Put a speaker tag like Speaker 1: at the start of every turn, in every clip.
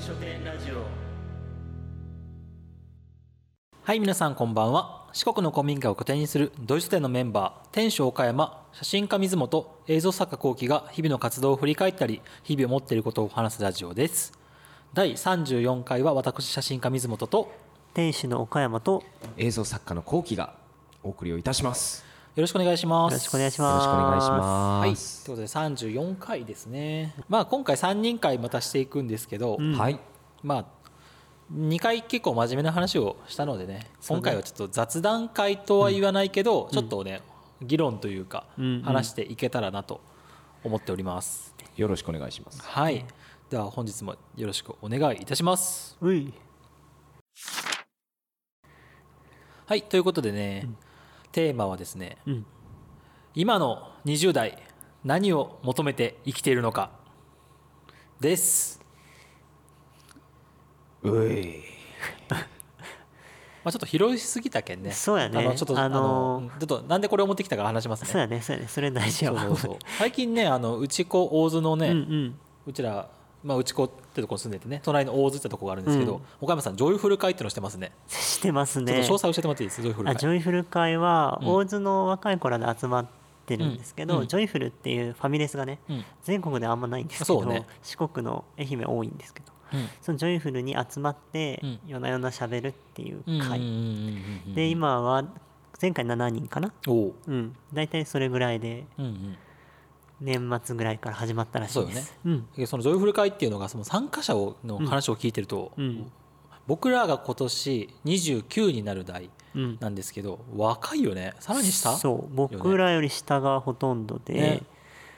Speaker 1: 書店ラジオ
Speaker 2: はい皆さんこんばんは四国の古民家を拠点にするドイツ店のメンバー店主岡山写真家水本映像作家幸喜が日々の活動を振り返ったり日々思っていることを話すラジオです第34回は私写真家水本と
Speaker 3: 店主の岡山と
Speaker 4: 映像作家のコウキがお送りをいたします。
Speaker 2: よろしくお願いしま
Speaker 3: よ
Speaker 2: す
Speaker 3: ろしくお願いし
Speaker 4: よろ
Speaker 3: ます。
Speaker 4: しくお願いし
Speaker 2: は
Speaker 4: ま
Speaker 2: い、
Speaker 4: す。
Speaker 2: ということで34回ですね、まあ、今回3人会またしていくんですけど、
Speaker 3: うん
Speaker 4: はい。
Speaker 2: まあ2回結構真面目な話をしたのでね今回はちょっと雑談会とは言わないけど、ちょっとね議論というか
Speaker 3: うんうん
Speaker 2: 話していけたらなと思っております、
Speaker 4: よろしくお願いします。
Speaker 2: はいでは本日もよろしくお願いいたします
Speaker 3: うい。
Speaker 2: はいということでね、テーマはですね
Speaker 3: うん。
Speaker 2: 今の20代何を求めて生きているのかです
Speaker 4: うい。
Speaker 2: まあ、ちょっと拾いすぎたけんね。
Speaker 3: そうやね
Speaker 2: あのちょっと、
Speaker 3: あ
Speaker 2: あの
Speaker 3: のー
Speaker 2: うんちょっとなんでこれを持ってきたか話しますね。
Speaker 3: そうやね、そうやね、それ大事やわ。
Speaker 2: そうそうそう最近ね、あのうち子大津のね、
Speaker 3: う
Speaker 2: うん
Speaker 3: うん。
Speaker 2: ちら、まあ、うち子ってとこに住んでてね、隣の大津ってとこがあるんですけど、
Speaker 3: うん
Speaker 2: 岡山さん、ジョイフル会ってのしてますね。
Speaker 3: してます
Speaker 2: ちょっ
Speaker 3: ね。
Speaker 2: と詳細教えてもらっていいですジョイフル
Speaker 3: あ
Speaker 2: 会。
Speaker 3: ジョイフル会は、
Speaker 2: うん
Speaker 3: 大津の若い子らで集まってるんですけど、
Speaker 2: うん
Speaker 3: ジョイフルっていうファミレスがね、
Speaker 2: うん
Speaker 3: 全国であんまないんですけど、
Speaker 2: そうね
Speaker 3: 四国の愛媛多いんですけど、
Speaker 2: うん
Speaker 3: そのジョイフルに集まって、
Speaker 2: うん
Speaker 3: 夜な夜な喋るっていう
Speaker 2: うんうんうん
Speaker 3: 会。
Speaker 2: うんうん
Speaker 3: で、今は、前回7人かな
Speaker 2: おう
Speaker 3: うん。大体それぐらいで、
Speaker 2: うんうん
Speaker 3: 年末ぐらいから始まったらしいです。うん。
Speaker 2: でそのジョイフル会っていうのがその参加者をの話を聞いてると、
Speaker 3: うん。
Speaker 2: 僕らが今年29になる代
Speaker 3: うん。
Speaker 2: なんですけど若いよねさらに下
Speaker 3: そう僕らより下がほとんどで、
Speaker 2: ね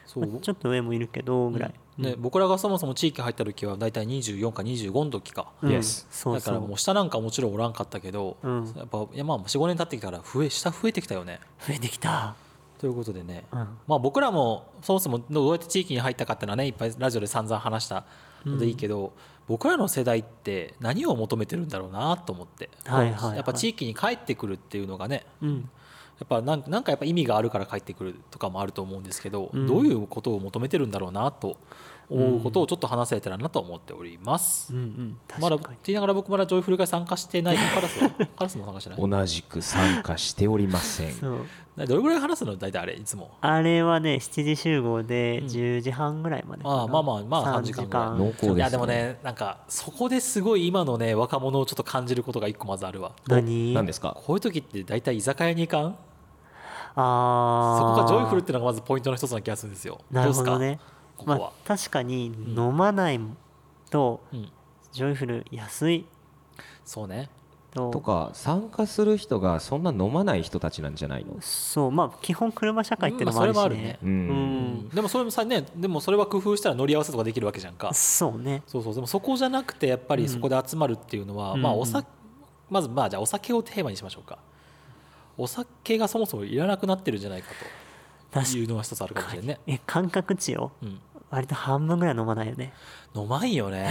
Speaker 2: そう
Speaker 3: まあちょっと上もいるけどぐらい、うん
Speaker 2: ね、僕らがそもそも地域入った時は大体24か25の時か、
Speaker 3: うん
Speaker 4: Yes
Speaker 3: そう
Speaker 2: だか
Speaker 3: そ
Speaker 2: ら
Speaker 3: う
Speaker 2: もう下なんかもちろんおらんかったけど、
Speaker 3: うん
Speaker 2: やっぱいやまあ45年経ってから増え下増えてきたよね
Speaker 3: 増えてきた、
Speaker 2: ということでね、
Speaker 3: うん
Speaker 2: まあ、僕らもそもそもどうやって地域に入ったかっていうのはねいっぱいラジオで散々話したのでいいけど、僕らの世代って何を求めてるんだろうなと思って、
Speaker 3: はいはいはい
Speaker 2: やっぱ地域に帰ってくるっていうのがね
Speaker 3: うん、
Speaker 2: やっぱなんなんかやっぱ意味があるから帰ってくるとかもあると思うんですけど、
Speaker 3: うん
Speaker 2: どういうことを求めてるんだろうなと思うことをちょっと話せたらなと思っております。
Speaker 3: うんうん
Speaker 2: ま
Speaker 3: 確
Speaker 2: だって
Speaker 3: かに、
Speaker 2: 言いながら僕まだジョイフル会参加してないカラスはカラスも参加してない
Speaker 4: 同じく参加しておりませ ん。
Speaker 3: そう
Speaker 2: などれぐらい話すの大体あれいつも
Speaker 3: あれはね7時集合で
Speaker 2: うん
Speaker 3: 10時半ぐらいまでかな、
Speaker 2: ああまあまあまあ3時間ぐらい
Speaker 4: 濃厚ですね
Speaker 2: いやでもねなんかそこですごい今のね若者をちょっと感じることが一個まずあるわ
Speaker 3: 何
Speaker 4: 何ですか。
Speaker 2: こういう時って大体居酒屋に行かん
Speaker 3: ああ
Speaker 2: そこがジョイフルっていうのがまずポイントの一つな気がするんですよ
Speaker 3: なるほど
Speaker 2: う
Speaker 3: ね
Speaker 2: ここ
Speaker 3: ま
Speaker 2: は
Speaker 3: あ確かに飲まないと、
Speaker 2: ですか、うん、
Speaker 3: ジョイフル安い
Speaker 2: そうね
Speaker 3: と
Speaker 4: とか参加する人がそんな飲まない人たちなんじゃないの。
Speaker 3: そうまあ基本車社会ってのもある
Speaker 2: うんまあ
Speaker 3: し
Speaker 2: それもあるね
Speaker 3: ね,、
Speaker 4: う
Speaker 3: うん
Speaker 4: ん。
Speaker 2: でもそれもさねでもそれは工夫したら乗り合わせとかできるわけじゃんか
Speaker 3: そうね
Speaker 2: そうそうでもそこじゃなくてやっぱりそこで集まるっていうのは、
Speaker 3: うん
Speaker 2: まあ
Speaker 3: うん
Speaker 2: おさまずまあじゃあお酒をテーマにしましょうかお酒がそもそもいらなくなってるんじゃないか
Speaker 3: 確
Speaker 2: というのは一つあるかもしれんね、
Speaker 3: え感覚値を
Speaker 2: うん、
Speaker 3: 割と半分ぐらい飲まないよね
Speaker 2: 飲まんよね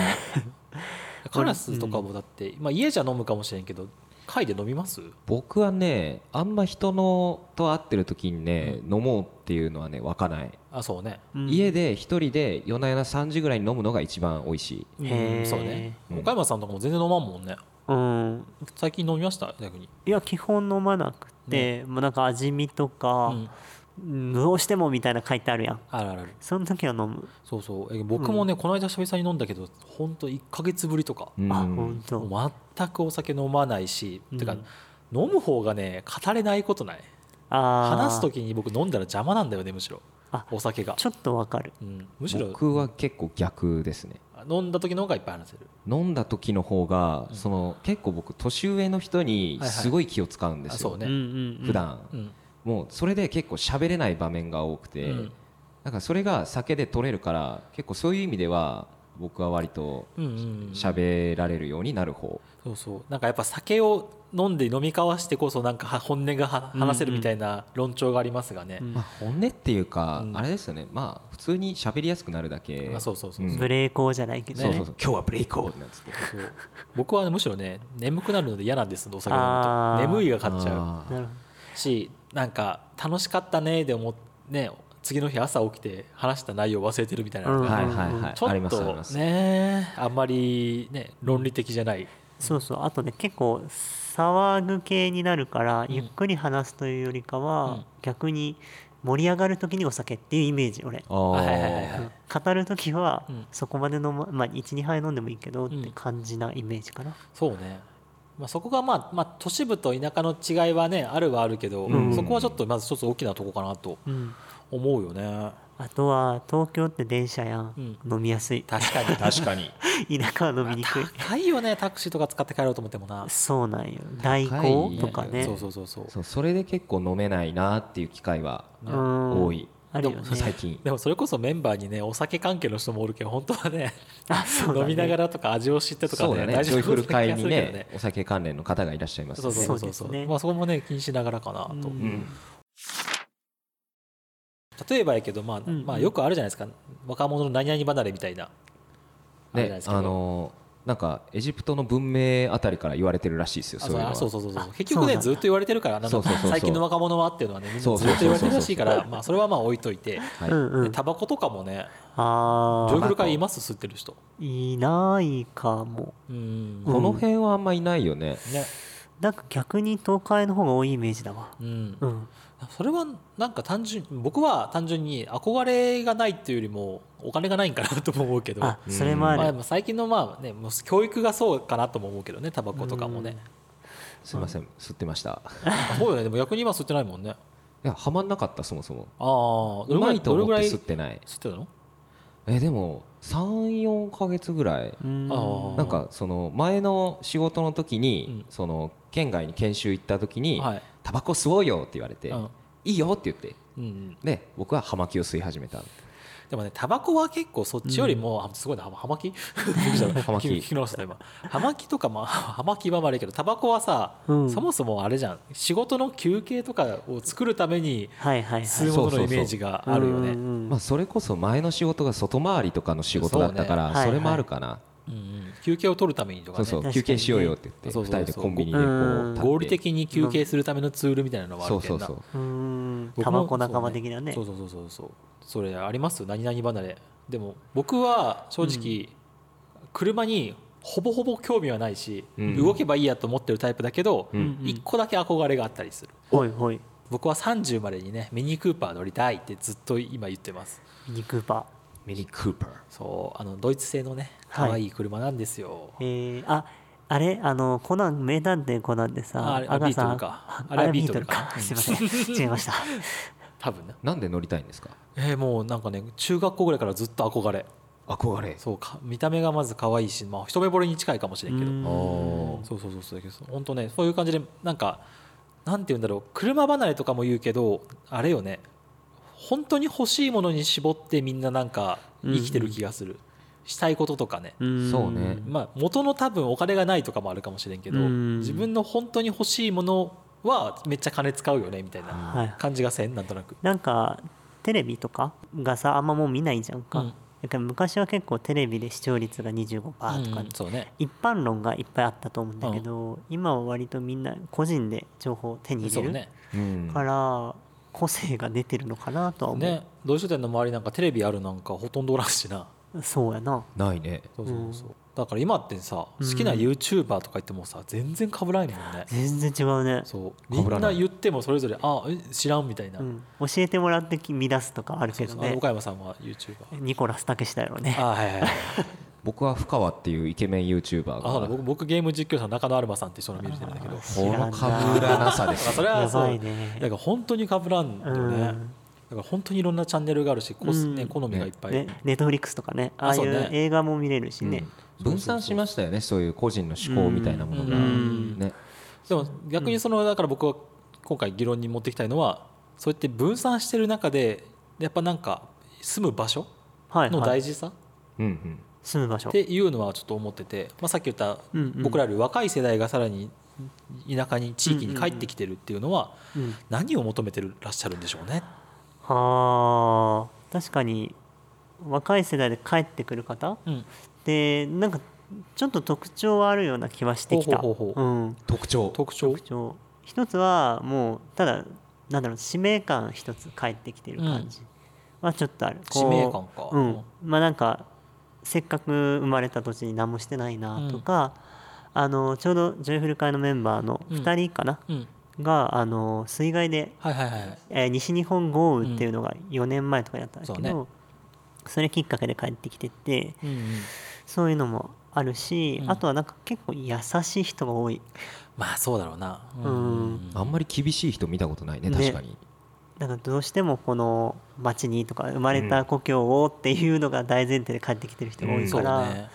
Speaker 2: カラスとかもだって、まあ、家じゃ飲むかもしれんけど会で飲みます
Speaker 4: 僕はね、あんま人のと会ってる時にね、飲もうっていうのはね、湧かない。
Speaker 2: あそうね
Speaker 3: うん
Speaker 4: 家で一人で夜な夜な3時ぐらいに飲むのが一番美味しい。
Speaker 2: うん
Speaker 3: へー
Speaker 2: そうね
Speaker 4: うん
Speaker 2: 岡山さんとかも全然飲まんもんね
Speaker 3: うん
Speaker 2: 最近飲みました逆に、
Speaker 3: いや基本飲まなくて、もうなんか味見と
Speaker 2: う
Speaker 3: か、
Speaker 2: ん、
Speaker 3: どうしてもみたいな書いてあるやん
Speaker 2: あるあるある
Speaker 3: その時は飲む、
Speaker 2: そうそうえ僕もね、この間久々に飲んだけど本当一1か月ぶりとか、
Speaker 4: うん
Speaker 3: あほんと
Speaker 2: もう全くお酒飲まないし、
Speaker 3: うん
Speaker 2: てか飲む方がね語れないことない
Speaker 3: あー
Speaker 2: 話す時に僕飲んだら邪魔なんだよねむしろ
Speaker 3: あ
Speaker 2: お酒が
Speaker 3: ち、ょっとわかる
Speaker 2: うん、むしろ
Speaker 4: 僕は結構逆ですね。
Speaker 2: 飲んだ時の方がいっぱい話せる
Speaker 4: 飲んだ時の方が、
Speaker 2: うん
Speaker 4: その結構僕年上の人に
Speaker 2: はいはい
Speaker 4: すごい気を使うんで
Speaker 2: あ
Speaker 4: すよ、
Speaker 2: そうね、
Speaker 3: うんうんうん
Speaker 4: 普段、
Speaker 2: うん
Speaker 4: もうそれで結構喋れない場面が多くて、
Speaker 2: うん
Speaker 4: だからそれが酒で取れるから結構そういう意味では僕は割と
Speaker 2: うんうんうん、
Speaker 4: 喋られるようになる方、
Speaker 2: そうそうなんかやっぱ酒を飲んで飲み交わしてこそなんかは本音がは話せるみたいな論調がありますがね、
Speaker 3: うん
Speaker 4: まあ、本音っていうか、
Speaker 2: うん
Speaker 4: あれですよねまあ普通に喋りやすくなるだけ、
Speaker 2: あそうそうそうそう
Speaker 4: うん
Speaker 3: ブレーコーじゃないけど
Speaker 4: そ
Speaker 3: ね
Speaker 4: うそうそう今日はブレイクなんつって
Speaker 2: そう僕はねむしろね眠くなるので嫌なんですお酒飲
Speaker 3: あー
Speaker 2: むと眠いが勝っちゃ
Speaker 4: あー
Speaker 3: なるほ
Speaker 2: うしなんか楽しかったねで思っね次の日朝起きて話した内容忘れてるみたいなの
Speaker 3: うん
Speaker 2: が、
Speaker 4: はいはいはい
Speaker 2: ちょ
Speaker 4: ありま
Speaker 2: っ
Speaker 4: すありま
Speaker 2: と
Speaker 4: す
Speaker 2: ねあんまりね論理的じゃない
Speaker 3: そうそうあとね結構騒ぐ系になるから、
Speaker 2: うん
Speaker 3: ゆっくり話すというよりかは、
Speaker 2: うん
Speaker 3: 逆に盛り上がる時にお酒っていうイメージ俺、
Speaker 4: あー
Speaker 2: はいはいはいはい
Speaker 3: うん語る時は、
Speaker 2: うん
Speaker 3: そこまで飲ま、まあ、12杯飲んでもいいけどって
Speaker 2: うん
Speaker 3: 感じなイメージかな、
Speaker 2: そうね、まあ、そこが、まあまあ、都市部と田舎の違いはねあるはあるけど、
Speaker 3: うん
Speaker 2: そこはちょっとまず一つ大きなとこかなと
Speaker 3: うん
Speaker 2: 思うよね
Speaker 3: あとは東京って電車やん、飲みやすい田
Speaker 2: 確かに
Speaker 1: 確かに
Speaker 3: 舎は飲みにくい
Speaker 2: 高いよねタクシーとか使って帰ろうと思ってもな、
Speaker 3: そうなんよ代行とかね
Speaker 2: そうそうそうそう
Speaker 4: そうそれで結構飲めないなっていう機会は
Speaker 3: うん
Speaker 4: 多い、
Speaker 3: あるよね
Speaker 4: 最近
Speaker 2: でもそれこそメンバーにねお酒関係の人もおるけど本当はね
Speaker 3: あそうだね
Speaker 2: 飲みながらとか味を知ってとか
Speaker 4: そうだ
Speaker 2: ね
Speaker 4: ねジョイフル会
Speaker 2: な気がす
Speaker 4: に
Speaker 2: るけど
Speaker 4: ねお酒関連の方がいらっしゃいます
Speaker 2: そ
Speaker 4: よ
Speaker 2: う
Speaker 4: ね
Speaker 2: そうそう
Speaker 3: そ
Speaker 2: そうそ
Speaker 3: ううですね
Speaker 2: まあ、そこもね気にしながらかなと、
Speaker 3: うん
Speaker 4: うん
Speaker 2: 例えばやけど、まあ
Speaker 3: ん
Speaker 2: まあ、よくあるじゃないですか若者の何々離れみたいなあれじゃない
Speaker 4: ね
Speaker 2: ですけど
Speaker 4: あのーなんかエジプトの文明あたりから言われてるらしいですよ
Speaker 2: あ
Speaker 4: そういうのは
Speaker 2: そうそうそうそう結
Speaker 3: そ
Speaker 2: 局
Speaker 3: う
Speaker 2: ね
Speaker 3: なんだ
Speaker 2: ずっと言われてるからなんか
Speaker 4: そうそうそうそう
Speaker 2: 最近の若者はっていうのはねみんなず
Speaker 4: そ
Speaker 2: っ
Speaker 4: う
Speaker 2: と
Speaker 4: そうそうそう
Speaker 2: 言われてるらしいからまあそれはまあ置いといて
Speaker 4: はい
Speaker 3: うんう
Speaker 2: で
Speaker 3: ん
Speaker 2: タバコとかもね
Speaker 3: あ
Speaker 2: ジョイ
Speaker 3: あ
Speaker 2: フル会います吸ってる人
Speaker 3: いないかも
Speaker 2: うん
Speaker 4: この辺はあんまいないよね、
Speaker 2: ね
Speaker 3: なんか逆に東海の方が多いイメージだわ
Speaker 2: うん
Speaker 3: うん
Speaker 2: それはなんか単純僕は単純に憧れがないっていうよりもお金がないんかなとも思うけど
Speaker 3: あそれもあ
Speaker 2: まあ、
Speaker 3: る
Speaker 2: まあ最近のまあ、ね、もう教育がそうかなとも思うけどねタバコとかもね、
Speaker 4: すいません吸ってました
Speaker 2: あそうよねでも逆に今吸ってないもんね
Speaker 4: いやはまんなかったそもそも
Speaker 2: ああ
Speaker 4: うまいと
Speaker 2: どれ
Speaker 4: 思
Speaker 2: ぐ
Speaker 4: っ
Speaker 2: ら
Speaker 4: て
Speaker 2: い
Speaker 4: 吸ってない
Speaker 2: 吸ってたの
Speaker 4: えでも34か月ぐらい
Speaker 3: うん
Speaker 2: ああ
Speaker 4: なんかその前の仕事の時に、
Speaker 2: うん
Speaker 4: その県外に研修行った時に
Speaker 2: はい
Speaker 4: 「タバコ吸おうよ」って言われて
Speaker 2: うん
Speaker 4: 「いいよ」って言って
Speaker 2: うんうん、
Speaker 4: で僕は葉巻を吸い始めた
Speaker 2: でもねタバコは結構そっちよりも、あすごいなはまき
Speaker 4: 葉巻
Speaker 2: 聞き直した今はまきとかまあ はまきは悪いけどタバコはさ、
Speaker 3: うん
Speaker 2: そもそもあれじゃん仕事の休憩とかを作るために
Speaker 3: はいはいは
Speaker 2: 吸
Speaker 3: いう
Speaker 2: もののイメージがあるよね
Speaker 3: うんうん
Speaker 4: まあ、それこそ前の仕事が外回りとかの仕事だった
Speaker 3: そ
Speaker 4: か
Speaker 3: う
Speaker 4: ら
Speaker 3: ね
Speaker 4: それもあるかな
Speaker 2: うんうん休憩を取るためにとか
Speaker 4: そ
Speaker 2: ね
Speaker 4: うそ
Speaker 3: 確かにね
Speaker 4: う休憩しようよって言って
Speaker 2: そう
Speaker 4: 2
Speaker 2: そうそう
Speaker 4: 人でコンビニでこ
Speaker 3: う
Speaker 4: うん立って
Speaker 2: 合理的に休憩するためのツールみたいなのはあ
Speaker 4: そ
Speaker 2: る
Speaker 4: う
Speaker 2: けど
Speaker 4: そう
Speaker 2: な
Speaker 4: そ
Speaker 3: う
Speaker 4: う
Speaker 3: ん
Speaker 2: 僕
Speaker 3: タ
Speaker 2: も
Speaker 3: バコ仲間的なね
Speaker 2: そうそうそうそうそうそれあります何々離れでも僕は正直、車にほぼほぼ興味はないし、
Speaker 4: うん
Speaker 2: 動けばいいやと思ってるタイプだけど、
Speaker 4: う
Speaker 3: うんん
Speaker 2: 1個だけ憧れがあったりする
Speaker 3: ほいほい
Speaker 2: 僕は30までにねミニクーパー乗りたいってずっと今言ってます
Speaker 3: ミニクーパ
Speaker 4: ミニクーパー
Speaker 2: そうあのドイツ製のね
Speaker 3: はい
Speaker 2: 可愛い車なんですよ、
Speaker 3: ーえーああれあのコナン名探偵コナンでさ
Speaker 2: ああれ
Speaker 3: アガさん
Speaker 2: ビートルか
Speaker 3: あ
Speaker 2: あ
Speaker 3: あ
Speaker 2: れ
Speaker 3: れ
Speaker 2: は
Speaker 3: は
Speaker 2: ビ
Speaker 3: ビ
Speaker 2: ー
Speaker 3: ー
Speaker 2: ト
Speaker 3: ト
Speaker 2: ル
Speaker 3: ルか
Speaker 2: か
Speaker 3: すいません違いま した
Speaker 2: 多分ね
Speaker 4: なんで乗りたいんですか
Speaker 2: えーもうなんかね中学校ぐらいからずっと憧れ
Speaker 4: 憧れ
Speaker 2: そうか見た目がまず可愛いし、まあ、一目惚れに近いかもしれんけど
Speaker 3: うん
Speaker 2: そうそうそうそうだけど本当ねそういう感じでなんかなんて言うんだろう車離れとかも言うけどあれよね本当に欲しいものに絞ってみんななんか生きてる気がする、したいこととかね、
Speaker 3: ん
Speaker 4: そうね
Speaker 2: まあ、元の多分お金がないとかもあるかもしれんけど、
Speaker 3: うん
Speaker 2: 自分の本当に欲しいものはめっちゃ金使うよねみたい
Speaker 3: は
Speaker 2: ない感じがせんなんとなく。
Speaker 3: なんかテレビとかがさあんまもう見ないじゃんか、
Speaker 2: うん
Speaker 3: だから昔は結構テレビで視聴率が25%とか、
Speaker 2: うんそうね
Speaker 3: 一般論がいっぱいあったと思うんだけど、今は割とみんな個人で情報を手に
Speaker 2: そ
Speaker 3: 入
Speaker 2: う
Speaker 3: れる、
Speaker 2: ね
Speaker 4: うん
Speaker 3: から個性が出てるのかなとは思う、
Speaker 2: ね同書店の周りなんかテレビあるなんかほとんどおらんしな。
Speaker 3: そうやな
Speaker 4: ないね
Speaker 2: そうそうそう、だから今ってさ好きな
Speaker 3: うん
Speaker 2: YouTuber とか言ってもさ全然かぶらんもん ね
Speaker 3: 全然違うね
Speaker 2: そうみ
Speaker 4: 被
Speaker 2: ん
Speaker 4: ら
Speaker 2: な
Speaker 4: ない
Speaker 2: 言ってもそれぞれあえ知らんみたいな、
Speaker 3: うん、教えてもらって見出すとかあるけど
Speaker 2: あの
Speaker 3: ね
Speaker 2: 岡山さんは YouTuber
Speaker 3: ニコラス・タケシだよね
Speaker 2: あはい はいはい
Speaker 4: 僕は深川っていうイケメン YouTuber
Speaker 2: あそうだ
Speaker 4: が
Speaker 2: 僕僕ゲーム実況者の中野アルマさんって人の見れてるんだけど
Speaker 3: 知
Speaker 4: こ
Speaker 3: ら
Speaker 4: の
Speaker 3: んな
Speaker 4: かぶらなさで
Speaker 2: だから
Speaker 4: す
Speaker 2: それはそう
Speaker 3: やばいね
Speaker 2: だから本当にかぶらんよね、
Speaker 3: うん
Speaker 2: だから本当にいろんなチャンネルがあるし、こすね、
Speaker 3: うん
Speaker 2: 好みがいっぱい、
Speaker 3: ねネットフリックスとかねあ
Speaker 2: あ
Speaker 3: あい
Speaker 2: そうね
Speaker 3: う映画も見れるしね、
Speaker 4: 分散しましたよねそういう個人の思考みたいなものが
Speaker 2: うん
Speaker 4: ね
Speaker 2: でも逆にそのだから僕は今回議論に持ってきたいのはそうやって分散してる中でやっぱなんか住む場所
Speaker 3: はい、
Speaker 2: の
Speaker 3: は
Speaker 2: 大
Speaker 3: い、
Speaker 2: 事さ、
Speaker 4: うんうん
Speaker 3: 住む場所
Speaker 2: っていうのはちょっと思ってて、まあ、さっき言った
Speaker 3: うんうん
Speaker 2: 僕らより若い世代がさらに田舎に地域に帰ってきてるっていうのは
Speaker 3: うん
Speaker 2: 何を求めてるらっしゃるんでしょうね。
Speaker 3: はあ確かに若い世代で帰ってくる方
Speaker 2: うん、
Speaker 3: でなんかちょっと特徴はあるような気はしてきた
Speaker 2: ほうほうほう
Speaker 3: うん
Speaker 4: 特徴
Speaker 2: 特徴
Speaker 3: 特徴一つはもうただなんだろう使命感一つ帰ってきてる感じ、はちょっとある
Speaker 2: 使命感か
Speaker 3: う、うん、まあなんかせっかく生まれた土地に何もしてないなとか、あのちょうどジョイフル会のメンバーの2人かな、
Speaker 2: うん
Speaker 3: があの水害で、
Speaker 2: はいはいはい
Speaker 3: えー西日本豪雨っていうのが4年前とかだったんだけ
Speaker 2: そ
Speaker 3: ど、
Speaker 2: う
Speaker 3: それきっかけで帰ってきてて
Speaker 2: うんうん
Speaker 3: そういうのもあるし、
Speaker 2: うん
Speaker 3: あとはなんか結構優しい人が多い
Speaker 2: まあそうだろうなう
Speaker 3: うん
Speaker 4: あんまり厳しい人見たことないね
Speaker 3: ね
Speaker 4: 確かに
Speaker 3: なんかどうしてもこの町にとか生まれた故郷をっていうのが大前提で帰ってきてる人が多い
Speaker 2: そ
Speaker 3: か
Speaker 2: う
Speaker 3: ら、
Speaker 2: ね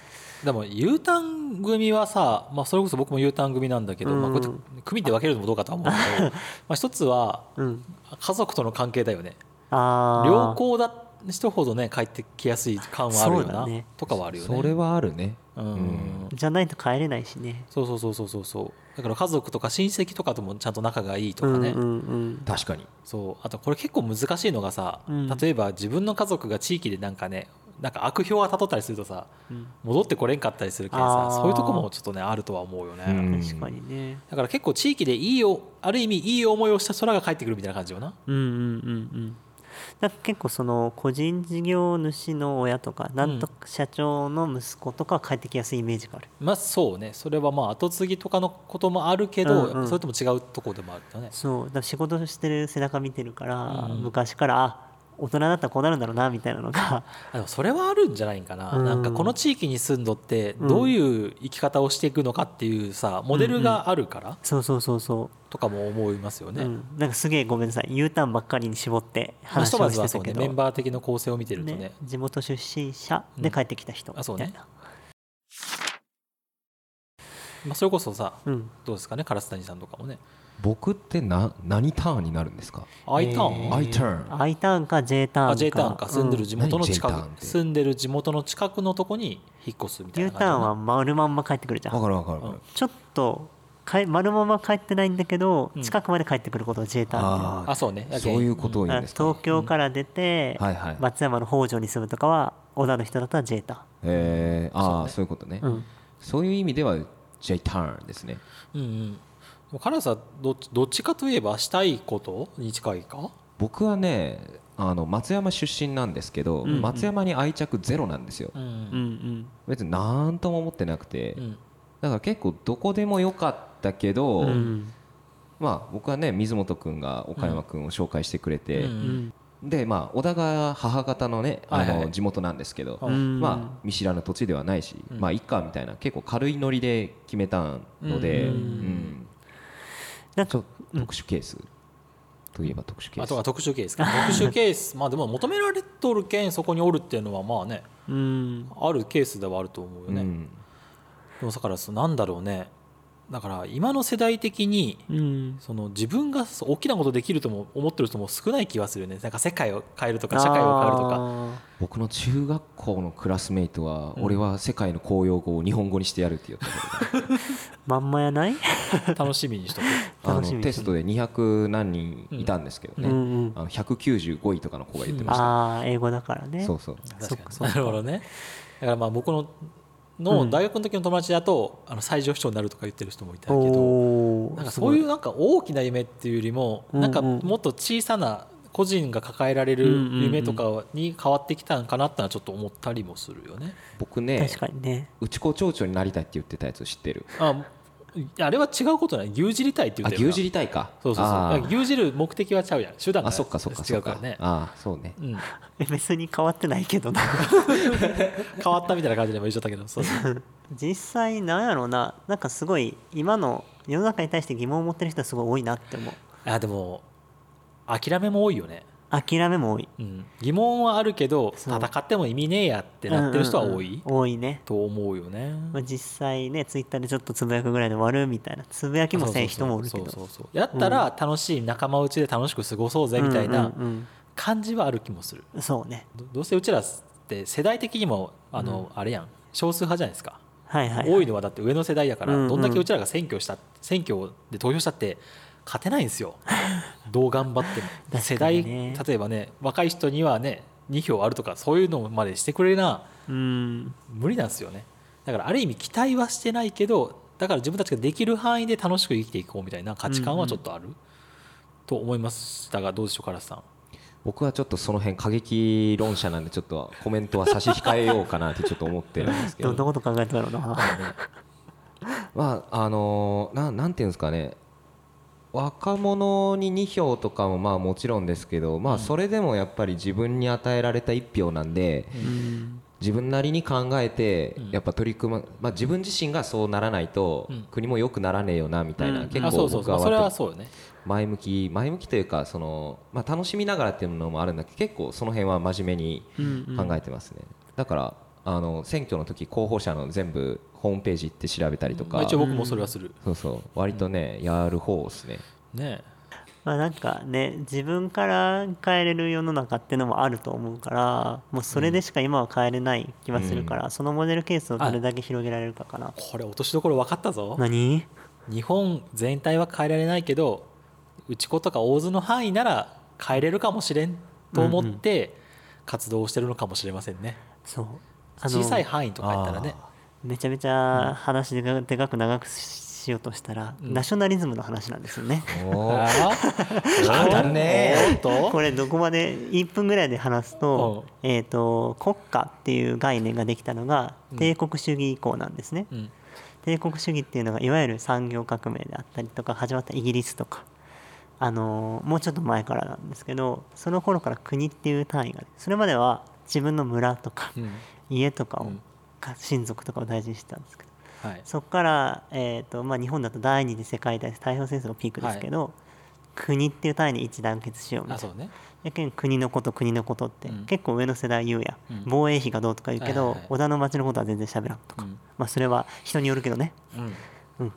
Speaker 2: でも U ターン組はさ、まあ、それこそ僕も U ターン組なんだけど、まあ、こうやって組で分けるのもどうかとは思う けどまあ一つは
Speaker 3: うん、
Speaker 2: 家族との関係だよね
Speaker 3: あー
Speaker 2: 良好だ人ほどね帰ってきやすい感はあるよ
Speaker 3: そう
Speaker 2: な、
Speaker 3: だね
Speaker 2: とかはあるよね
Speaker 4: それはあるね
Speaker 2: うん、
Speaker 4: うん
Speaker 3: じゃないと帰れないしね
Speaker 2: そうそうそうそうそうそうだから家族とか親戚とかともちゃんと仲がいいとかね、
Speaker 3: うんうんうん、
Speaker 4: 確かに
Speaker 2: そうあとこれ結構難しいのがさ、
Speaker 3: うん
Speaker 2: 例えば自分の家族が地域でなんかねなんか悪評がたどったりするとさ
Speaker 3: うん
Speaker 2: 戻ってこれんかったりするけん
Speaker 3: あ
Speaker 2: さ
Speaker 3: ー
Speaker 2: そういうとこもちょっとねあるとは思うよね、
Speaker 4: うん
Speaker 3: 確かにね
Speaker 2: だから結構地域でいいよある意味いい思いをした空が帰ってくるみたいな感じよな
Speaker 3: うんうんうんうんなんか結構その個人事業主の親とかなんとか社長の息子とかは帰ってきやすいイメージがある、
Speaker 2: まあそうねそれはまあ後継ぎとかのこともあるけど、
Speaker 3: うんうん
Speaker 2: それとも違うとこでもあるよね
Speaker 3: そうだから仕事してる背中見てるから、
Speaker 2: うん
Speaker 3: 昔からあ大人だったらこうなるんだろうなみたいなのが
Speaker 2: あでもそれはあるんじゃないんかな、
Speaker 3: うん
Speaker 2: なんかこの地域に住んどって
Speaker 3: うん
Speaker 2: どういう生き方をしていくのかっていうさモデルがあるから
Speaker 3: そうそうそうそう
Speaker 2: とかも思いますよね、
Speaker 3: うん、なんかすげえごめんなさい U ターンばっかりに絞って
Speaker 2: まあひ
Speaker 3: 話
Speaker 2: とま
Speaker 3: を
Speaker 2: ず
Speaker 3: し
Speaker 2: は
Speaker 3: て
Speaker 2: そ
Speaker 3: た
Speaker 2: うね
Speaker 3: けど、
Speaker 2: メンバー的な構成を見てるとね
Speaker 3: ね地元出身者で帰ってきた人
Speaker 2: あそうね
Speaker 3: みたいな
Speaker 2: まあ、それこそさ
Speaker 3: うん
Speaker 2: どうですかね烏谷さんとかもね
Speaker 4: 僕ってな何ターンになるんですか
Speaker 2: アイターン、
Speaker 3: えー
Speaker 4: I ターン
Speaker 3: I ターンか J ターンか
Speaker 2: あ J ターンか住んでる地元の近く、
Speaker 4: 何 J ターンって
Speaker 2: 住んでる地元の近くのとこに引っ越すみたい
Speaker 3: U
Speaker 2: な
Speaker 3: タ
Speaker 2: 感じだ
Speaker 3: ー
Speaker 2: な
Speaker 3: ンは丸まんま帰ってくるじゃ
Speaker 4: わ
Speaker 3: ん
Speaker 4: かるわかるわかる
Speaker 3: ちょっとかい丸まんま帰ってないんだけど、
Speaker 2: うん
Speaker 3: 近くまで帰ってくることを J ターンっていう
Speaker 4: あ
Speaker 2: あそうね
Speaker 4: ーそういうことを
Speaker 3: だから
Speaker 4: 言うんですか
Speaker 3: 東京から出て、
Speaker 4: はいはい
Speaker 3: 松山の北条に住むとかは小田の人だったら J タ
Speaker 4: えーああそういうことね
Speaker 3: ーン、うん、
Speaker 4: そういう意味では J ターンですね
Speaker 2: うんうんでもカラスはどっちどっちかといえばしたいことに近いか
Speaker 4: 僕はねあの松山出身なんですけど、
Speaker 3: うんうん
Speaker 4: 松山に愛着ゼロなんですよ
Speaker 2: うん
Speaker 3: うんうん
Speaker 4: 別に何とも思ってなくて、
Speaker 2: うん
Speaker 4: だから結構どこでも良かったけど、
Speaker 3: うん
Speaker 4: まあ僕はね水本君が岡山君を紹介してくれて、
Speaker 2: うん
Speaker 3: うん
Speaker 4: でまあ小田が母方のねあ
Speaker 2: はいは
Speaker 4: の
Speaker 2: い
Speaker 4: 地元なんですけど、
Speaker 2: うん
Speaker 4: まあ見知らぬ土地ではないし、
Speaker 2: うん
Speaker 4: まあいっかみたいな結構軽いノリで決めたので、
Speaker 2: うん
Speaker 4: うん
Speaker 3: なん
Speaker 4: ちょ
Speaker 3: か
Speaker 4: っと特殊ケースといえば特殊ケ
Speaker 2: あ
Speaker 4: ース
Speaker 2: とは特殊ケースか 特殊ケースまあでも求められとるけんそこにおるっていうのはまあね
Speaker 3: うん
Speaker 2: あるケースではあると思うよね、
Speaker 4: うん
Speaker 2: でもだからそのなんだろうねだから今の世代的に
Speaker 3: うん
Speaker 2: その自分がそう大きなことできるとも思ってる人も少ない気はするよねなんか世界を変えるとか社会を変えるとか
Speaker 3: か
Speaker 4: 僕の中学校のクラスメイトは、
Speaker 2: うん
Speaker 4: 俺は世界の公用語を日本語にしてやるって 言ったことが
Speaker 3: まんまやない、
Speaker 2: 楽しみにしとく
Speaker 4: あ
Speaker 3: 楽しみ
Speaker 4: の
Speaker 3: に
Speaker 4: テストで200何人いたんですけどね、
Speaker 3: うんうん
Speaker 4: あの195位とかの子が言ってまし
Speaker 3: ああ英語だから
Speaker 4: た、
Speaker 3: ね
Speaker 4: そうそう
Speaker 2: 確かになるほどねだからまあ僕のの大学の時の友達だと、あの最上市長になるとか言ってる人もいたけど
Speaker 3: おー
Speaker 2: なんかそういううなんか大きな夢っていうよりも、
Speaker 3: うん
Speaker 2: なんかもっと小さな個人が抱えられる夢とかに変わってきたんかなってのはちょっと思ったりもするよね。
Speaker 4: 僕ね
Speaker 3: 確かにね
Speaker 4: うち子町長になりたいって言ってたやつ知ってる
Speaker 2: ああれは違うことない牛耳りたいって言
Speaker 4: あ
Speaker 2: ってる
Speaker 4: 牛耳りたいか
Speaker 2: そうそう
Speaker 4: あ
Speaker 2: そう
Speaker 4: ー
Speaker 2: 牛耳る目的はちゃうやん手段が
Speaker 4: あそっかそっか
Speaker 2: 違
Speaker 4: そっ
Speaker 2: うか
Speaker 4: から
Speaker 2: ね
Speaker 4: ああそうね
Speaker 2: うん、
Speaker 3: え別に変わってないけどな
Speaker 2: 変わったみたいな感じでも言っちゃったけどそうそう
Speaker 3: 実際なんやろうななんかすごい今の世の中に対して疑問を持ってる人はすごい多いなって思う
Speaker 2: あでも諦めも多いよね、
Speaker 3: 諦めも多い
Speaker 2: うん、疑問はあるけど
Speaker 3: そう
Speaker 2: 戦っても意味ねえやってなってる人は多い、
Speaker 3: うんうんうん多いね、
Speaker 2: と思うよね
Speaker 3: まあ、実際ねツイッターでちょっとつぶやくぐらいで終わるみたいなつぶやきもせん人もおるけど
Speaker 2: そうそうそうそうやったら楽しい仲間内で楽しく過ごそうぜみたい
Speaker 3: うん
Speaker 2: な
Speaker 3: うん
Speaker 2: 感じはある気もする
Speaker 3: うんそうね
Speaker 2: どどうせうちらって世代的にもあの、あれやん少数派じゃないですか
Speaker 3: はいはい
Speaker 2: 多いのはだって上の世代だから、
Speaker 3: うんうん
Speaker 2: どんだけうちらが選挙した選挙で投票したって勝てないんで すよどう頑張っても、
Speaker 3: ね
Speaker 2: 世代例えばね若い人にはね2票あるとかそういうのまでしてくれな
Speaker 3: うん
Speaker 2: 無理なんですよねだからある意味期待はしてないけどだから自分たちができる範囲で楽しく生きていこうみたいな価値観はちょっとある、と思いましたがどうでしょうカラスさん
Speaker 4: 僕はちょっとその辺過激論者なんでちょっとコメントは差し控えようかなってちょっと思ってるんですけ
Speaker 3: ど
Speaker 4: ど
Speaker 3: んなこと考えたんだろうな
Speaker 4: まああのーななんていうんですかね若者に2票とかもまあもちろんですけど、まあ、それでもやっぱり自分に与えられた1票なんで、自分なりに考えてやっぱ取り組ま、まあ、自分自身がそうならないと
Speaker 2: うん
Speaker 4: 国も良くならねえよなみたいな、
Speaker 3: うん
Speaker 4: 結
Speaker 2: あそ
Speaker 4: 構
Speaker 2: うそう
Speaker 4: 僕
Speaker 2: そ
Speaker 4: は
Speaker 2: うそれは
Speaker 4: 割と
Speaker 2: そうよね
Speaker 4: 前向き前向きというかその、まあ、楽しみながらっていうのもあるんだけど結構その辺は真面目に
Speaker 3: うんうん
Speaker 4: 考えてますね、だからあの選挙の時候補者の全部ホームページ行って調べたりとか、
Speaker 2: まあ一応僕もそれはする、
Speaker 4: そうそう割とね、やる方ですね
Speaker 2: ね
Speaker 3: まあなんかね自分から変えれる世の中ってのもあると思うからもうそれでしか今は変えれない気はするから、そのモデルケースをどれだけ広げられるかかな
Speaker 2: これ落としどころ分かったぞ
Speaker 3: 何
Speaker 2: 日本全体は変えられないけど内子とか大津の範囲なら変えれるかもしれんと思って活動をしてるのかもしれませんね、
Speaker 3: そう
Speaker 2: 小さい範囲とかやったらね
Speaker 3: めちゃめちゃ話でかでかく長くしようとしたら、
Speaker 2: うん
Speaker 3: ナショナリズムの話なんですよね
Speaker 4: お
Speaker 2: あ
Speaker 4: ー
Speaker 2: ー
Speaker 4: 語るね
Speaker 2: おー っ
Speaker 3: ことれどこまで1分ぐらいで話すと,、えー、と国家っていう概念ができたのが
Speaker 2: うん
Speaker 3: 帝国主義以降なんですね、
Speaker 2: うん
Speaker 3: 帝国主義っていうのがいわゆる産業革命であったりとか始まったイギリスとか、あのーもうちょっと前からなんですけどその頃から国っていう単位がそれまでは自分の村とか
Speaker 2: うん
Speaker 3: 家とかを、
Speaker 2: うん
Speaker 3: か親族とかを大事にしてたんですけど
Speaker 2: はい
Speaker 3: そこから、えーとまあ、日本だと第二次世界大戦太平洋戦争がピークですけど、国っていう単位に一致団結しようみ
Speaker 2: あ
Speaker 3: たい
Speaker 2: そ
Speaker 3: な
Speaker 2: うね
Speaker 3: やけん国のこと国のことって、
Speaker 2: うん
Speaker 3: 結構上の世代言うや、
Speaker 2: うん
Speaker 3: 防衛費がどうとか言うけど、
Speaker 2: はいはいはい
Speaker 3: 織田の町のことは全然喋らんと
Speaker 2: う
Speaker 3: か、
Speaker 2: ん
Speaker 3: まあ、それは人によるけどね
Speaker 2: うん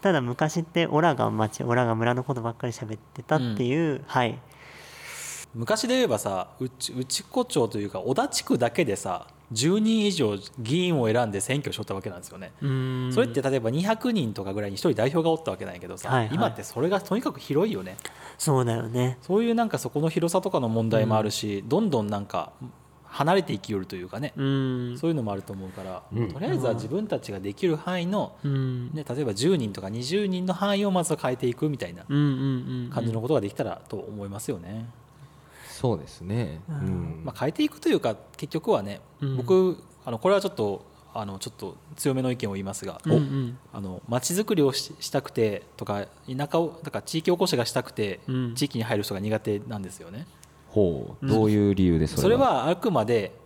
Speaker 3: ただ昔ってオラが町オラが村のことばっかり喋ってたっていう、はい
Speaker 2: 昔で言えばさうち内子町というか小田地区だけでさ10人以上議員を選んで選挙しとったわけなんですよね、それって例えば200人とかぐらいに1人代表がおったわけなんやけどさ、
Speaker 3: はいはい
Speaker 2: 今ってそれがとにかく広いよね
Speaker 3: そうだよね
Speaker 2: そういうなんかそこの広さとかの問題もあるし、どんどんなんか離れていきよるというかね、
Speaker 3: うん
Speaker 2: そういうのもあると思うから、
Speaker 4: うん
Speaker 2: とりあえずは自分たちができる範囲の、
Speaker 3: うん
Speaker 2: ね、例えば10人とか20人の範囲をまずは変えていくみたいな
Speaker 3: うんうん
Speaker 2: 感じのことができたらと思いますよね。
Speaker 4: そうで すね、う
Speaker 3: うん
Speaker 4: ん
Speaker 2: まあ、変えていくというか結局はね、
Speaker 3: うん
Speaker 2: 僕あのこれはちょっとあのちょっと強めの意見を言いますが、
Speaker 3: うんうん
Speaker 2: あの町づくりをししたくてとか田舎をだから地域おこしがしたくて、
Speaker 3: うん
Speaker 2: 地域に入る人が苦手なんですよね。
Speaker 4: ほう
Speaker 3: うん
Speaker 4: どういう理由で
Speaker 2: それ
Speaker 4: それは
Speaker 2: はあくまで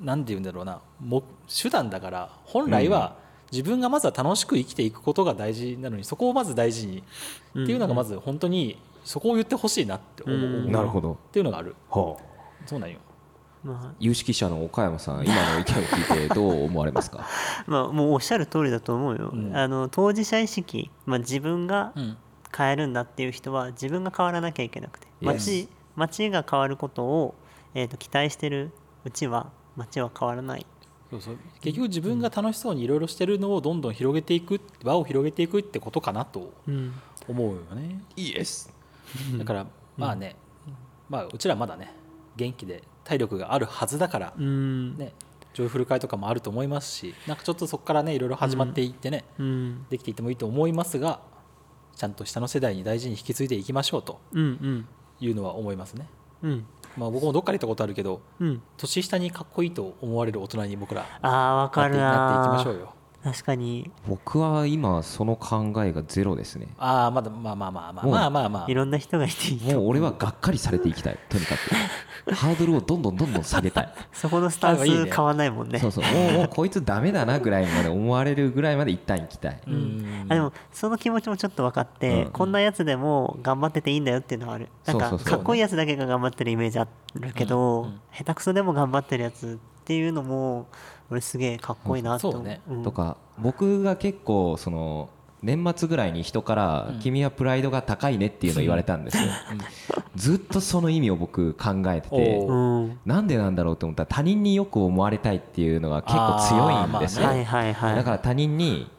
Speaker 2: 何て言うんだろうなも手段だから本来は自分がまずは楽しく生きていくことが大事なのにそこをまず大事に
Speaker 3: うん
Speaker 2: っていうのがまず本当にそこを言ってほしいなって思う、
Speaker 3: うん
Speaker 4: なるほど
Speaker 2: っていうのがある
Speaker 4: ほう
Speaker 2: そうなんよ
Speaker 3: ま
Speaker 4: 有識者の岡山さん今の意見を聞いてどう思われますか
Speaker 3: あ、まあ、もうおっしゃる通りだと思うよ、
Speaker 2: うん
Speaker 3: あの当事者意識、まあ、自分が変えるんだっていう人は自分が変わらなきゃいけなくて
Speaker 4: Yes
Speaker 3: 町町が変わることを、えー、と期待してるうちは町は変わらない
Speaker 2: そうそう結局自分が楽しそうにいろいろしてるのをどんどん広げていく輪を広げていくってことかなと
Speaker 3: うん
Speaker 2: 思うよね
Speaker 4: イエス
Speaker 2: だからまあね、まあうちらまだね元気で体力があるはずだから
Speaker 3: うん
Speaker 2: ね、ジョイフル会とかもあると思いますしなんかちょっとそこからねいろいろ始まっていってね、
Speaker 3: うん
Speaker 2: できていってもいいと思いますがちゃんと下の世代に大事に引き継いでいきましょうと
Speaker 3: うん
Speaker 2: いうのは思いますね、
Speaker 3: うん
Speaker 2: まあ、僕もどっかで行ったことあるけど
Speaker 3: うん
Speaker 2: 年下にかっこいいと思われる大人に僕らなって
Speaker 3: ああわかる
Speaker 2: なってい
Speaker 3: な
Speaker 2: きましょうよ
Speaker 3: 確かに
Speaker 4: 僕は今その考えがゼロですね
Speaker 2: ああまだまあまあまあまあ
Speaker 4: もう
Speaker 2: まあまあまあ
Speaker 3: いろんな人がいていい
Speaker 4: もう俺はがっかりされていき たいとにかくハードルをどんどんどんどん下げたい
Speaker 3: そこのスタン
Speaker 2: あ
Speaker 3: ス
Speaker 2: いいね
Speaker 3: 変わんないもんね
Speaker 4: そうそうもうもうこいつダメだなぐらいまで思われるぐらいまで一旦行きたい、
Speaker 2: うん
Speaker 3: あでもその気持ちもちょっと分かって、
Speaker 4: うん
Speaker 3: こんなやつでも頑張ってていいんだよっていうのはあるなん
Speaker 4: そ
Speaker 3: か
Speaker 4: うそうそう
Speaker 3: かっこいいやつだけが頑張ってるイメージあるけど、
Speaker 2: うんうん
Speaker 3: 下手くそでも頑張ってるやつっていうのも俺すげえかっこいいなって思う,
Speaker 2: そうね
Speaker 3: ん、
Speaker 4: とか僕が結構その年末ぐらいに人から
Speaker 2: うん
Speaker 4: 「君はプライドが高いね」っていうのを言われたんですよ、ずっとその意味を僕考えてて
Speaker 2: お
Speaker 3: うん、
Speaker 4: なんでなんだろうと思ったら他人によく思われたいっていうのが結構強いんですよ、
Speaker 2: あーまあ
Speaker 3: はいはいはい
Speaker 4: だから他人に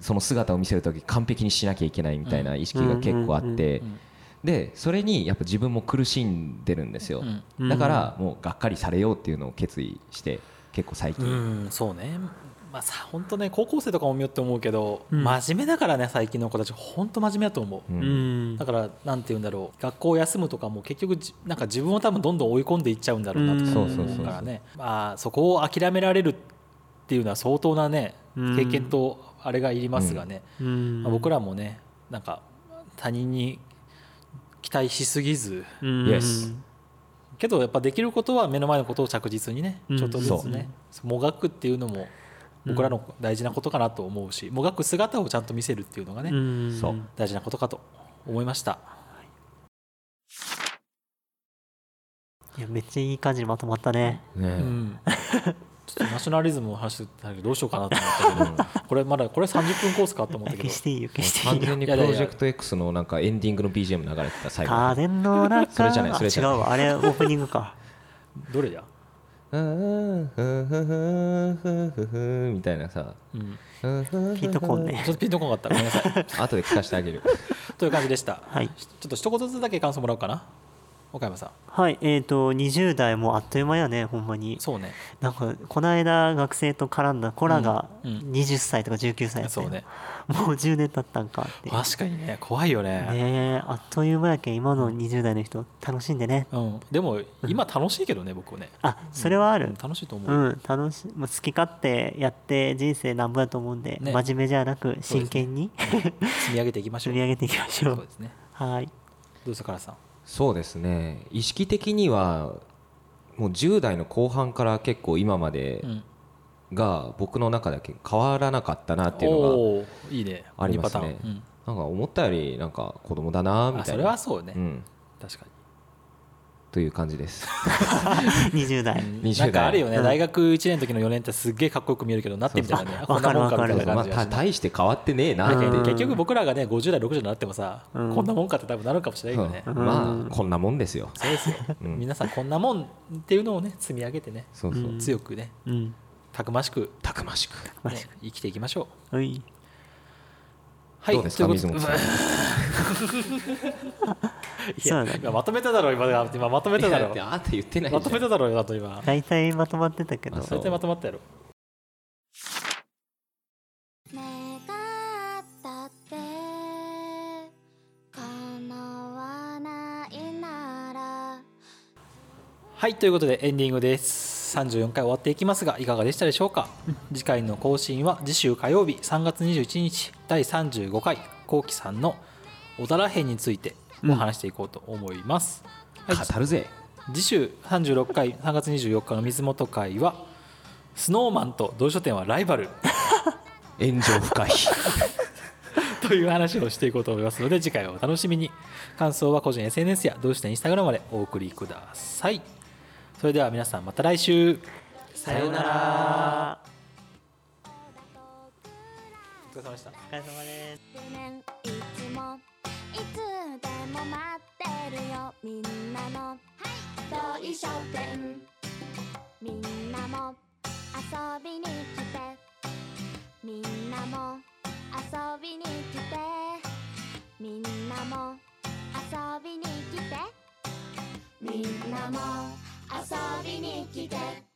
Speaker 4: その姿を見せる時完璧にしなきゃいけないみたいな意識が結構あって
Speaker 2: うん
Speaker 4: でそれにやっぱ自分も苦しんでるんですよ
Speaker 2: うん
Speaker 3: うん
Speaker 4: だからもうがっかりされようっていうのを決意して結構最
Speaker 2: う
Speaker 4: 近
Speaker 2: んそうねまあさ本当ね高校生とかも見よって思うけど、
Speaker 3: うん
Speaker 2: 真面目だからね最近の子たち本当真面目だと思う、
Speaker 4: うん
Speaker 3: うん
Speaker 2: だからなんて言うんだろう学校を休むとかも結局じなんか自分を多分どんどん追い込んでいっちゃうんだろうなとか
Speaker 4: そうそうそう
Speaker 2: 思
Speaker 4: そうう
Speaker 2: からねまあそこを諦められるっていうのは相当なね
Speaker 3: うん
Speaker 2: 経験とあれがいりますがね、
Speaker 3: うん
Speaker 2: まあ僕らもねなんか他人に期待しすぎず
Speaker 3: うん
Speaker 4: Yes
Speaker 2: けどやっぱできることは目の前のことを着実にね
Speaker 3: うん
Speaker 2: ちょっとずつね、もがくっていうのも僕らの大事なことかなと思うし、もがく姿をちゃんと見せるっていうのがね、
Speaker 3: うん
Speaker 4: そう
Speaker 2: 大事なことかと思いました
Speaker 3: いやめっちゃいい感じにまとまったね
Speaker 2: う
Speaker 4: ね
Speaker 2: んちょっとナショナリズムの話してたけどどうしようかなと思ったけど これまだこれ30分コースかと思ったけど
Speaker 3: 消していいよ消して
Speaker 4: 完
Speaker 3: いいよ
Speaker 4: 全に
Speaker 2: い
Speaker 4: プ
Speaker 2: やいやい
Speaker 4: ロ
Speaker 2: や
Speaker 4: ジェクト X のなんかエンディングの BGM 流れてた最後
Speaker 3: 家電の中
Speaker 4: それじゃないそれじゃない
Speaker 3: あ違うわあれオープニングか
Speaker 2: どれや、
Speaker 4: うんふんふんふんふんふんふんみたいなさ
Speaker 2: うん、
Speaker 4: ピ
Speaker 3: ピン
Speaker 4: ッ
Speaker 3: とこんね
Speaker 2: ちょっとピンとこなかったごめんなさ い
Speaker 4: 後で聞かせてあげる
Speaker 2: という感じでした、
Speaker 3: はい
Speaker 2: ちょっと一言ずつだけ感想もらおうかな岡山さん
Speaker 3: はいえっ、と20代もあっという間やねほんまに
Speaker 2: そうね
Speaker 3: なんかこの間学生と絡んだ子らが
Speaker 2: うんうん
Speaker 3: 20歳とか19歳やった
Speaker 2: そ
Speaker 3: よ
Speaker 2: うね
Speaker 3: もう10年経ったんかって
Speaker 2: 確かにね怖いよね
Speaker 3: ねえあっという間やけん今の20代の人楽しんでね
Speaker 2: うん、でも今楽しいけどね僕はね
Speaker 3: あそれはある
Speaker 2: 楽しいと思
Speaker 3: う
Speaker 2: う、
Speaker 3: ん楽しいもう好き勝手やって人生なんぼやと思うんで、
Speaker 2: ね
Speaker 3: 真面目じゃなく真剣に
Speaker 2: 積み上げていきまし
Speaker 3: 積
Speaker 2: ょう
Speaker 3: み上げていきましょ
Speaker 2: そう
Speaker 3: う
Speaker 2: ですね
Speaker 3: はい
Speaker 2: どうですか原さん
Speaker 4: そうですね意識的にはもう10代の後半から結構今まで
Speaker 2: うん
Speaker 4: が僕の中だけ変わらなかったなっていうのが
Speaker 2: おおーいいね
Speaker 4: ありますね
Speaker 2: いいパターン
Speaker 4: なんか思ったよりなんか子供だな
Speaker 2: うん
Speaker 4: み
Speaker 2: あ
Speaker 4: たい
Speaker 2: そ
Speaker 4: な
Speaker 2: れはそうね、
Speaker 4: うん
Speaker 2: 確 かに
Speaker 4: という感じです
Speaker 3: 20代
Speaker 4: 20
Speaker 2: なんかあるよね、
Speaker 3: うん
Speaker 2: 大学1年の時の4年ってすっげえかっこよく見えるけどなってみたらね
Speaker 3: そうそ
Speaker 2: あ
Speaker 3: う
Speaker 2: こんなもんか
Speaker 3: わか
Speaker 2: み
Speaker 3: る
Speaker 2: た
Speaker 4: そ
Speaker 2: いうな
Speaker 4: そうま
Speaker 2: 感
Speaker 4: あ
Speaker 2: じが
Speaker 4: た大して変わってねえなって
Speaker 3: うん
Speaker 2: 結局僕らがね50代60代になってもさ、
Speaker 3: うん
Speaker 2: こんなもんかって多分なるかもしれないよね、
Speaker 4: うん
Speaker 3: うん
Speaker 4: まあこんなもんですよ
Speaker 2: そうですよ、
Speaker 4: うん
Speaker 2: 皆さんこんなもんっていうのをね積み上げてね
Speaker 4: そうそう
Speaker 3: うん
Speaker 2: 強くね
Speaker 3: うん
Speaker 2: たくましく、
Speaker 4: たくましく
Speaker 3: ま
Speaker 2: ね
Speaker 3: し
Speaker 2: 生きていきましょう
Speaker 3: うい
Speaker 2: はい
Speaker 4: どうですか
Speaker 2: と いうこと
Speaker 4: 水本さ
Speaker 2: いや
Speaker 3: そうだね
Speaker 2: 今まとめただろ今今まとめただろ
Speaker 4: いやだってあなた言ってないじゃ
Speaker 2: ま
Speaker 4: ん
Speaker 2: とめただろ今と今
Speaker 3: 大体まとまってたけど
Speaker 4: あそ
Speaker 2: 大
Speaker 4: う
Speaker 2: 体まとまったやろ
Speaker 1: 願ったって叶わないなら
Speaker 2: はいということでエンディングです34回終わっていきますがいかがでしたでしょうか次回の更新は次週火曜日3月21日第35回こうきさんの小田らへんについてお話していこうと思います、はい、
Speaker 4: 語るぜ
Speaker 2: 次週36回3月24日の水元会はスノーマンと同書店はライバル
Speaker 4: 炎上深い
Speaker 2: という話をしていこうと思いますので次回をお楽しみに感想は個人 SNS や同書店インスタグラムまでお送りくださいそれでは皆さんまた来週
Speaker 3: さようなら
Speaker 2: お疲れ様でした
Speaker 3: お疲れ様です
Speaker 1: 夢いつもいつでも待ってるよみんなのはい同意書店みんなも遊びに来てみんなも遊びに来てみんなも遊びに来てみんなも遊びに来て